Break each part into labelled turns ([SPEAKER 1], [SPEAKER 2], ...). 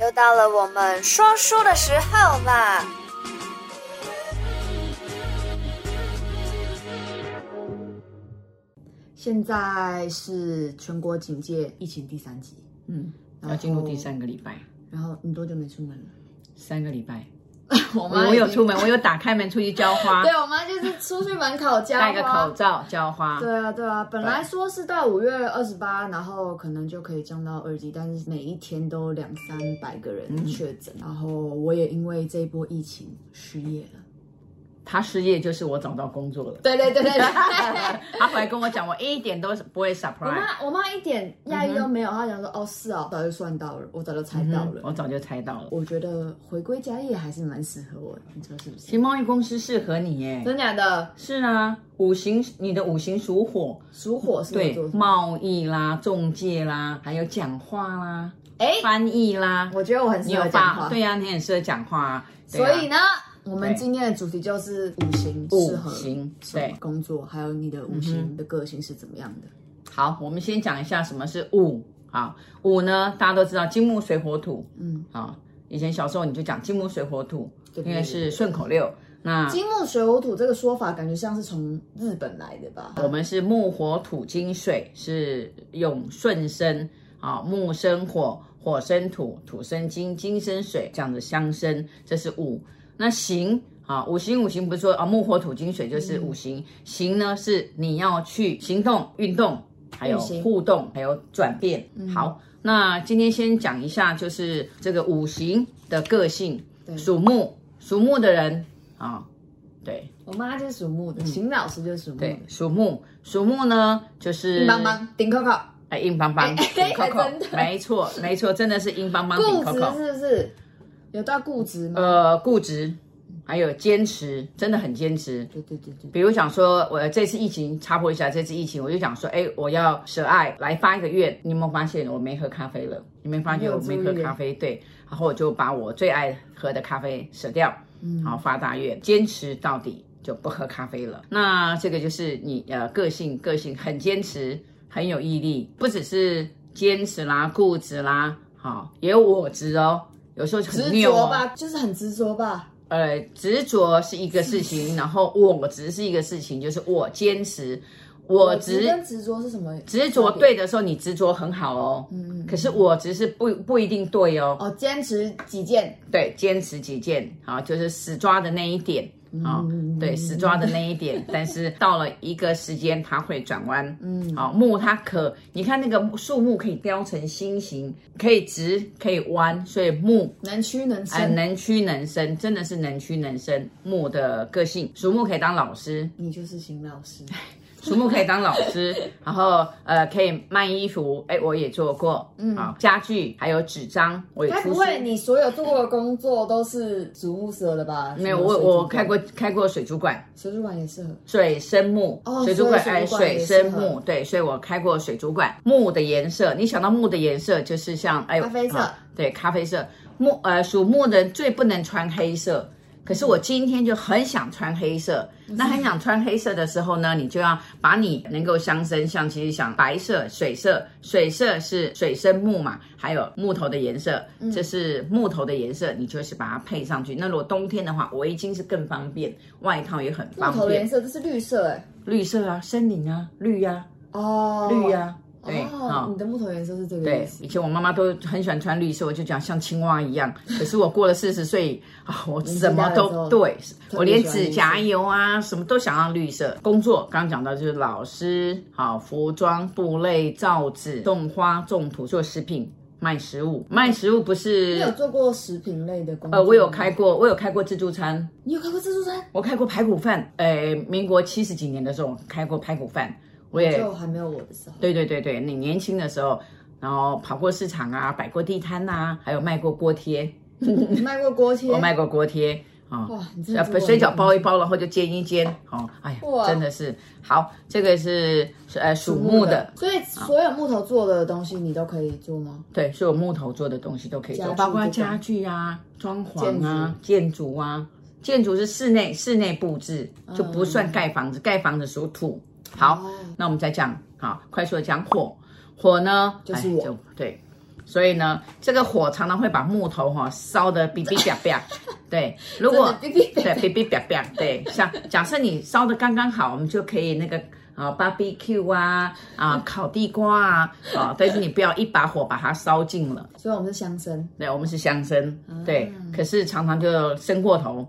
[SPEAKER 1] 又到了我们说书的时候啦！
[SPEAKER 2] 现在是全国警戒疫情第三级，
[SPEAKER 3] 嗯，然后进入第三个礼拜，
[SPEAKER 2] 然后你多久没出门了？
[SPEAKER 3] 三个礼拜，
[SPEAKER 2] 我
[SPEAKER 3] 我有出门，我有打开门出去浇 花
[SPEAKER 2] 对，我妈就是出去门口 浇花
[SPEAKER 3] 戴个口罩浇花，
[SPEAKER 2] 对啊，对啊，本来说是到五月二十八，然后可能就可以降到二级，但是每一天都两三百个人确诊，然后我也因为这一波疫情失业了。
[SPEAKER 3] 他失业就是我找到工作了。
[SPEAKER 2] 对对对对对，
[SPEAKER 3] 他回来跟我讲，我一点都不会 surprise，
[SPEAKER 2] 我妈我妈一点压抑都没有，她讲说哦是哦，早就算到了，我早就猜到了。
[SPEAKER 3] 嗯我早就猜到了。
[SPEAKER 2] 我觉得回归家业还是蛮适合我的，你说是不是？
[SPEAKER 3] 其实贸易公司适合你耶，
[SPEAKER 2] 真假的，
[SPEAKER 3] 是啊，五行你的五行属火，
[SPEAKER 2] 属火是我
[SPEAKER 3] 对
[SPEAKER 2] 做什么？
[SPEAKER 3] 贸易啦、中介啦，还有讲话啦、
[SPEAKER 2] 哎，
[SPEAKER 3] 翻译啦，
[SPEAKER 2] 我觉得我很
[SPEAKER 3] 你
[SPEAKER 2] 适
[SPEAKER 3] 有
[SPEAKER 2] 合讲
[SPEAKER 3] 吧？
[SPEAKER 2] 话。
[SPEAKER 3] 对呀、你很适合讲话啊。对啊
[SPEAKER 2] 所以呢，我们
[SPEAKER 3] 对
[SPEAKER 2] 今天的主题就是五行适合
[SPEAKER 3] 五行
[SPEAKER 2] 什么
[SPEAKER 3] 对。嗯
[SPEAKER 2] 工作，还有你的五行的个性是怎么样的。
[SPEAKER 3] 好，我们先讲一下什么是戊。好，戊呢，大家都知道金木水火土。
[SPEAKER 2] 嗯，
[SPEAKER 3] 好，以前小时候你就讲金木水火土，
[SPEAKER 2] 对
[SPEAKER 3] 因为是顺口溜。那
[SPEAKER 2] 金木水火土这个说法，感觉像是从日本来的吧？
[SPEAKER 3] 我们是木火土金水，是用顺生啊，木生火，火生土，土生金，金生水，这样子相生，这是五。那行啊，五行五行不是说啊，木火土金水就是
[SPEAKER 2] 嗯
[SPEAKER 3] 五行。行呢是你要去行动、运动，还有
[SPEAKER 2] 运行嗯
[SPEAKER 3] 互动，还有转变。好，那今天先讲一下，就是这个五行的个性
[SPEAKER 2] 对，
[SPEAKER 3] 属木，属木的人啊，对。
[SPEAKER 2] 我妈就是属木的，邢老师就是属木的
[SPEAKER 3] 嗯对，，属木，属木呢就是
[SPEAKER 2] 硬邦，邦，顶扣扣，
[SPEAKER 3] 哎，硬邦邦，
[SPEAKER 2] 哎哎
[SPEAKER 3] 顶扣扣
[SPEAKER 2] 真的
[SPEAKER 3] 没错，没错，真的是硬邦邦，
[SPEAKER 2] 固
[SPEAKER 3] 顶
[SPEAKER 2] 执
[SPEAKER 3] 扣扣，
[SPEAKER 2] 是不是？有到固执吗？
[SPEAKER 3] 呃，固执，还有坚持，真的很坚持。
[SPEAKER 2] 对对对对，
[SPEAKER 3] 比如想说，我这次疫情插播一下，这次疫情我就想说，哎，我要舍爱来发一个愿。你有没有发现我没喝咖啡了？你没发现我
[SPEAKER 2] 没
[SPEAKER 3] 没
[SPEAKER 2] 有
[SPEAKER 3] 喝
[SPEAKER 2] 注意
[SPEAKER 3] 咖啡？对，然后我就把我最爱喝的咖啡舍掉，
[SPEAKER 2] 嗯
[SPEAKER 3] 然后发大愿，坚持到底就不喝咖啡了。那这个就是你呃个性，个性很坚持，很有毅力，不只是坚持啦、固执啦，好，也有我执哦。有时候
[SPEAKER 2] 执
[SPEAKER 3] 很
[SPEAKER 2] 着
[SPEAKER 3] 拗哦，
[SPEAKER 2] 吧，就是很执着吧。
[SPEAKER 3] 呃，执着是一个事情，然后我执是一个事情，就是我坚持，我
[SPEAKER 2] 执
[SPEAKER 3] 执
[SPEAKER 2] 跟执着是什么？
[SPEAKER 3] 执着对的时候，你执着很好哦，可是我执是不不一定对哦，
[SPEAKER 2] 哦，坚持己见，
[SPEAKER 3] 对，坚持己见啊，就是死抓的那一点啊，对，死抓的那一点， 但是到了一个时间，它会转弯。嗯，好、木它可，你看那个树木可以雕成心形，可以直，可以弯，所以木
[SPEAKER 2] 能屈能
[SPEAKER 3] 哎，
[SPEAKER 2] 伸。
[SPEAKER 3] 能屈能伸，真的是能屈能伸。木的个性，属木可以当老师，
[SPEAKER 2] 你就是邢老 师，
[SPEAKER 3] 属木可以当老师，然后呃可以卖衣服，哎，我也做过，嗯，啊，家具还有纸张，我也
[SPEAKER 2] 该
[SPEAKER 3] 出
[SPEAKER 2] 不
[SPEAKER 3] 书。
[SPEAKER 2] 会你所有做过的工作都是主务社的吧？
[SPEAKER 3] 没有，
[SPEAKER 2] 什么
[SPEAKER 3] 我
[SPEAKER 2] 水族
[SPEAKER 3] 我
[SPEAKER 2] 馆
[SPEAKER 3] 开过开过水族馆，
[SPEAKER 2] 水族馆也适合。
[SPEAKER 3] 水生木，
[SPEAKER 2] 哦
[SPEAKER 3] 水族馆
[SPEAKER 2] 所以水
[SPEAKER 3] 哎，
[SPEAKER 2] 族馆也
[SPEAKER 3] 水生
[SPEAKER 2] 适合
[SPEAKER 3] 木，对，所以我开过水族馆。木的颜色，你想到木的颜色就是像哎
[SPEAKER 2] 咖啡色
[SPEAKER 3] 啊对，咖啡色。木呃，属木的人最不能穿黑色。可是我今天就很想穿黑色，
[SPEAKER 2] 嗯
[SPEAKER 3] 那很想穿黑色的时候呢，你就要把你能够相生相其实想白色、水色，水色是水生木嘛，还有木头的颜色，
[SPEAKER 2] 嗯
[SPEAKER 3] 这是木头的颜色，你就是把它配上去。那如果冬天的话，围巾是更方便，外套也很
[SPEAKER 2] 木
[SPEAKER 3] 方
[SPEAKER 2] 头的
[SPEAKER 3] 便
[SPEAKER 2] 颜。色这是绿色哎、
[SPEAKER 3] 绿色啊，森林啊，绿呀、
[SPEAKER 2] 哦，
[SPEAKER 3] 绿呀、对，
[SPEAKER 2] 哦
[SPEAKER 3] 啊、，
[SPEAKER 2] 你的木头颜色是这个意
[SPEAKER 3] 对
[SPEAKER 2] 思，。
[SPEAKER 3] 以前我妈妈都很喜欢穿绿色，我就讲像青蛙一 样。可是我过了四十岁啊，我什么
[SPEAKER 2] 年纪大了之后
[SPEAKER 3] 都对，
[SPEAKER 2] 特别喜欢
[SPEAKER 3] 我连指甲油啊什么都想要绿色。工作刚刚讲到就是老师，好服装、布类、造纸、种花、种土、做食品、卖食物。卖食物不
[SPEAKER 2] 你有
[SPEAKER 3] 是
[SPEAKER 2] 做过食品类的工作？
[SPEAKER 3] 呃，我有开，过，我有开过自助餐，
[SPEAKER 2] 你有开过自助餐？
[SPEAKER 3] 我开过排骨饭。呃，民国七十几年的时候我开过排骨饭，我也
[SPEAKER 2] 就还没有我的时候。
[SPEAKER 3] 对对对对，你年轻的时候，然后跑过市场啊，摆过地摊呐、还有卖过锅贴，
[SPEAKER 2] 你卖过锅贴？
[SPEAKER 3] 我卖过锅贴啊。
[SPEAKER 2] 哇，你真
[SPEAKER 3] 呃
[SPEAKER 2] 的做过
[SPEAKER 3] 水饺包一包，然后就煎一煎，哦，哎呀
[SPEAKER 2] 哇，
[SPEAKER 3] 真的是好，这个是呃属
[SPEAKER 2] 很多
[SPEAKER 3] 木的，，
[SPEAKER 2] 所以所有木头做的东西你都可以做吗？
[SPEAKER 3] 对，所有木头做的东西都可以
[SPEAKER 2] 家
[SPEAKER 3] 做，
[SPEAKER 2] 具
[SPEAKER 3] 包括
[SPEAKER 2] 这种
[SPEAKER 3] 家具啊、装潢啊、建筑啊。建筑是室内室内布置，就不算盖房子，盖房子属土。好，
[SPEAKER 2] 嗯哦
[SPEAKER 3] 那我们再讲，好，快速的讲火。火呢，
[SPEAKER 2] 就是
[SPEAKER 3] 哎
[SPEAKER 2] 我
[SPEAKER 3] 对，所以呢，这个火常常会把木头哈、烧的哔哔 啪啪。对，如果
[SPEAKER 2] 真的哔 哔啪
[SPEAKER 3] 对哔哔啪啪，对，像假设你烧的刚刚好，我们就可以那个啊 barbecue 啊啊烤地瓜啊啊，但是你不要一把火把它烧尽了。
[SPEAKER 2] 所以我们是相生，
[SPEAKER 3] 对，我们是乡绅，
[SPEAKER 2] 嗯
[SPEAKER 3] 对，可是常常就升过头，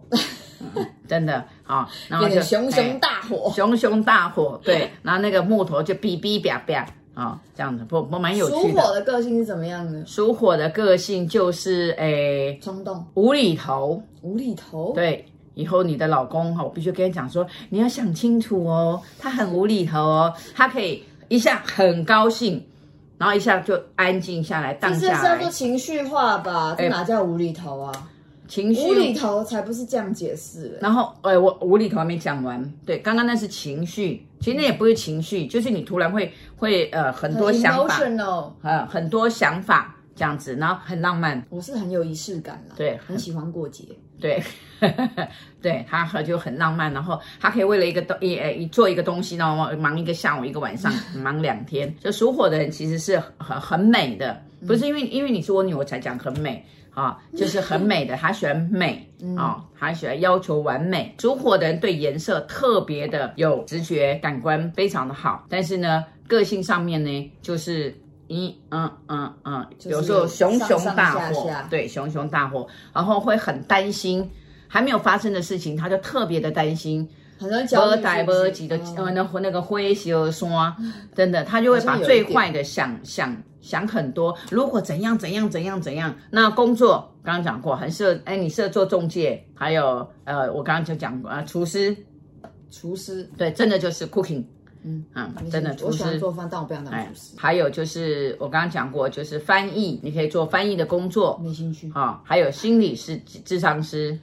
[SPEAKER 3] 嗯真的啊，然后
[SPEAKER 2] 变
[SPEAKER 3] 就
[SPEAKER 2] 成熊熊
[SPEAKER 3] 哎
[SPEAKER 2] 大火，
[SPEAKER 3] 熊熊大火， 对，然后那个木头就哔哔啪啪啊，这样子不不蛮有
[SPEAKER 2] 属
[SPEAKER 3] 趣
[SPEAKER 2] 火
[SPEAKER 3] 的。
[SPEAKER 2] 的个性是怎么样的？
[SPEAKER 3] 属火的个性就是诶
[SPEAKER 2] 冲动、
[SPEAKER 3] 无厘头，
[SPEAKER 2] 无厘头，，
[SPEAKER 3] 对。以后你的老公哈，我必须跟你讲说，你要想清楚哦，他很无厘头哦，他可以一下很高兴，然后一下就安静下来，荡
[SPEAKER 2] 这
[SPEAKER 3] 下
[SPEAKER 2] 叫做
[SPEAKER 3] 来，
[SPEAKER 2] 情绪化吧？这
[SPEAKER 3] 哎
[SPEAKER 2] 哪叫无厘头啊？
[SPEAKER 3] 情绪
[SPEAKER 2] 无厘头才不是这样解释、欸。
[SPEAKER 3] 然后，呃，我无厘头还没讲完。对，刚刚那是情绪，其实那也不是情绪，就是你突然会会呃很多想法，
[SPEAKER 2] emotional，
[SPEAKER 3] 呃很多想法这样子，然后很浪漫。
[SPEAKER 2] 我是很有仪式感啦，
[SPEAKER 3] 对
[SPEAKER 2] 很喜欢过节，
[SPEAKER 3] 对， 对他和就很浪漫，然后他可以为了一个东一呃一做一个东西，然后忙一个下午一个晚上， 忙两天。就属火的人其实是很很美的，不是因为因为你是我女，我才讲很美啊，就是很 美的，他喜欢美
[SPEAKER 2] 嗯
[SPEAKER 3] 啊，他喜欢要求完美。属火的人对颜色特别的有直觉，感官非常的好，但是呢，个性上面呢就是。一嗯嗯嗯，
[SPEAKER 2] 就是
[SPEAKER 3] 有时候熊熊
[SPEAKER 2] 上上
[SPEAKER 3] 大
[SPEAKER 2] 下
[SPEAKER 3] 火，
[SPEAKER 2] 下
[SPEAKER 3] 对，熊熊大火，然后会很担心还没有发生的事情，他就特别的担心，
[SPEAKER 2] 很多
[SPEAKER 3] 不
[SPEAKER 2] 焦虑
[SPEAKER 3] 逮不急的
[SPEAKER 2] 是，不是
[SPEAKER 3] 呃，
[SPEAKER 2] 嗯
[SPEAKER 3] 那那个灰而霜，真的，他就会把最坏的想想想很多。如果怎样怎样怎样怎样，那工作刚刚讲过，很适合，哎，你适合做中介，还有呃，我刚刚就讲过啊，厨师，
[SPEAKER 2] 厨师，
[SPEAKER 3] 对，真的就是 cooking，
[SPEAKER 2] 嗯
[SPEAKER 3] 啊
[SPEAKER 2] 你，
[SPEAKER 3] 真的
[SPEAKER 2] 我
[SPEAKER 3] 厨
[SPEAKER 2] 喜欢
[SPEAKER 3] 师。哎
[SPEAKER 2] 做饭，但我不想当厨师，
[SPEAKER 3] 还有就是我刚刚讲过，就是翻译，你可以做翻译的工作，
[SPEAKER 2] 没兴趣。
[SPEAKER 3] 啊、还有心理师、智智商师，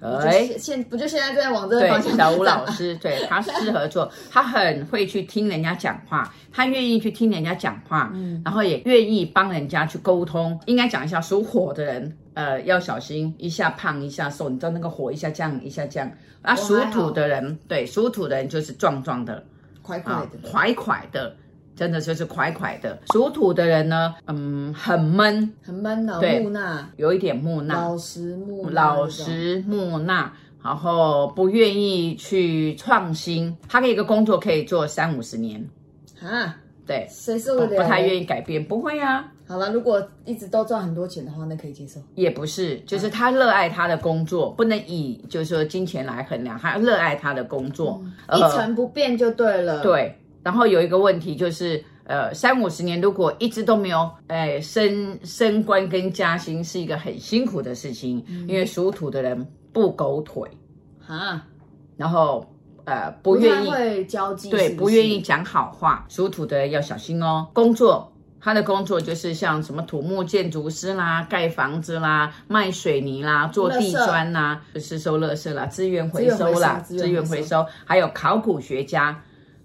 [SPEAKER 3] 哎
[SPEAKER 2] 就，是现不就现在正在往这个方
[SPEAKER 3] 对，
[SPEAKER 2] 向
[SPEAKER 3] 小吴
[SPEAKER 2] 发展
[SPEAKER 3] 老
[SPEAKER 2] 吗
[SPEAKER 3] 师，对他适合做，他很会去听人家讲话，他愿意去听人家讲话，
[SPEAKER 2] 嗯
[SPEAKER 3] 然后也愿意帮人家去沟通。应该讲一下属火的人，呃，要小心，一下胖一下瘦，你知道那个火一下降一下降。啊，属
[SPEAKER 2] 还好
[SPEAKER 3] 土的人，对，属土的人就是壮壮的，
[SPEAKER 2] 快快
[SPEAKER 3] 啊
[SPEAKER 2] 的，，
[SPEAKER 3] 快快的。真的就是快快的，属土的人呢，嗯，很闷，
[SPEAKER 2] 很闷的
[SPEAKER 3] 对
[SPEAKER 2] 木讷，
[SPEAKER 3] 有一点木讷，
[SPEAKER 2] 老实木讷嗯那种
[SPEAKER 3] 老，实木讷，然后不愿意去创新。他可以一个工作可以做三五十年，
[SPEAKER 2] 啊，
[SPEAKER 3] 对，
[SPEAKER 2] 谁受
[SPEAKER 3] 不
[SPEAKER 2] 得
[SPEAKER 3] 哦不
[SPEAKER 2] 了？
[SPEAKER 3] 太愿意改变。不会啊，
[SPEAKER 2] 好了，如果一直都赚很多钱的话，那可以接受。
[SPEAKER 3] 也不是，
[SPEAKER 2] 嗯
[SPEAKER 3] 就是他热爱他的工作，不能以就是说金钱来衡量，他热爱他的工作。
[SPEAKER 2] 嗯
[SPEAKER 3] 呃
[SPEAKER 2] 一成不变就对了。，
[SPEAKER 3] 对，然后有一个问题就是。呃，三五十年如果一直都没有，哎、升升官跟加薪是一个很辛苦的事情，
[SPEAKER 2] 嗯
[SPEAKER 3] 因为属土的人不狗腿，
[SPEAKER 2] 哈，
[SPEAKER 3] 然后呃不
[SPEAKER 2] 不
[SPEAKER 3] 愿
[SPEAKER 2] 太
[SPEAKER 3] 意
[SPEAKER 2] 会交际，
[SPEAKER 3] 对，
[SPEAKER 2] 是
[SPEAKER 3] 不愿意。讲好话，属土的人要小心哦。工作，他的工作就是像什么土木建筑师啦、盖房子啦、卖水泥啦、做地砖啦、就是收垃圾啦、资源回收啦、
[SPEAKER 2] 资
[SPEAKER 3] 资
[SPEAKER 2] 源
[SPEAKER 3] 源
[SPEAKER 2] 回收
[SPEAKER 3] 回收，还有考古学家。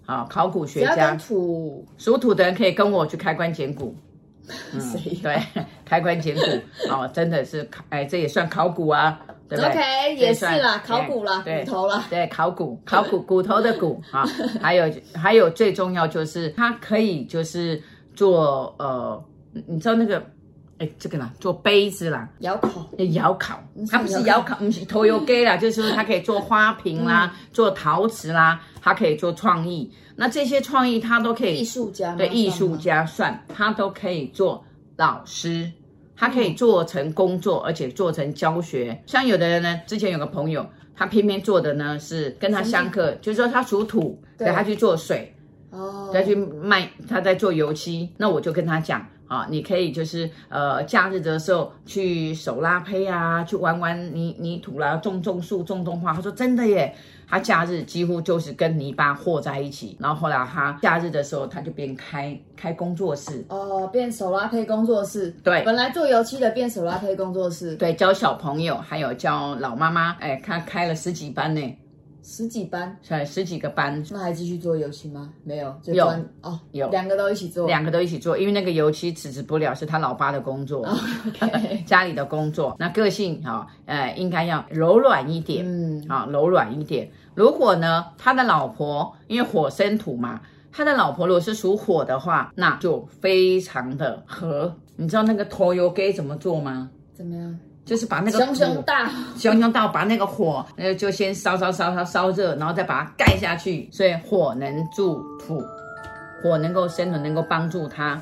[SPEAKER 3] 啊，考古
[SPEAKER 2] 只
[SPEAKER 3] 学
[SPEAKER 2] 要
[SPEAKER 3] 家
[SPEAKER 2] 跟，土
[SPEAKER 3] 属土的人可以跟我去开棺捡骨， 嗯
[SPEAKER 2] 谁
[SPEAKER 3] 对， 开棺捡骨，哦，真的是考，哎，这也算考古啊，对不对
[SPEAKER 2] ，OK 也是啦，
[SPEAKER 3] 对
[SPEAKER 2] 考古啦，
[SPEAKER 3] 对
[SPEAKER 2] 骨头啦，
[SPEAKER 3] 对，考古，考古骨头的骨啊，还有还有最重要就是它可以就是做呃，你你知道那个哎这个啦，做杯子啦，
[SPEAKER 2] 窑口
[SPEAKER 3] 窑烤，它不是
[SPEAKER 2] 窑
[SPEAKER 3] 窑烤，不是头油给啦，就是说它可以做花瓶啦，做陶瓷啦，它可以做创意，那这些创意它都可以
[SPEAKER 2] 艺术家吗
[SPEAKER 3] 对艺术，
[SPEAKER 2] 算吗
[SPEAKER 3] 家算，他都可以做老师，他可以做成工作，而且做成教学。像有的人呢，之前有个朋友，他偏偏做的呢是跟他相克，就是说他属土，
[SPEAKER 2] 对
[SPEAKER 3] 对他去做水，
[SPEAKER 2] 哦，
[SPEAKER 3] 再去卖，他在做油漆。那我就跟他讲啊，你可以就是呃，假日的时候去手拉胚啊，去玩玩泥泥土啦，种种树，种种花。他说真的耶，他假日几乎就是跟泥巴和在一起。然后后来他假日的时候，他就边开开工作室，
[SPEAKER 2] 哦，变手拉胚工作室，
[SPEAKER 3] 对
[SPEAKER 2] 本来做油漆的变手拉胚工作室，
[SPEAKER 3] 对，教小朋友，还有教老妈妈，哎，他开了十几班呢，
[SPEAKER 2] 十几班，
[SPEAKER 3] 呃，十几个班，
[SPEAKER 2] 那还继续做油漆吗？没有，就
[SPEAKER 3] 有
[SPEAKER 2] 专哦，
[SPEAKER 3] 有
[SPEAKER 2] 两个都一起做，
[SPEAKER 3] 两个都一起做，因为那个油漆辞职不了，是他老爸的工作。
[SPEAKER 2] OK
[SPEAKER 3] 家里的工作，那个性哈、呃，应该要柔软一 点，
[SPEAKER 2] 嗯，
[SPEAKER 3] 啊、柔软一点。如果呢，他的老婆因为火生土嘛，他的老婆如果是属火的话，那就非常的合，你知道那个头油给怎么做吗？
[SPEAKER 2] 怎么样？
[SPEAKER 3] 就是把那个
[SPEAKER 2] 熊
[SPEAKER 3] 土
[SPEAKER 2] 熊大，
[SPEAKER 3] 熊熊到把那个火，呃，就先烧烧烧烧烧热，然后再把它盖下去，所以火能助土，火能够生存，能够帮助它。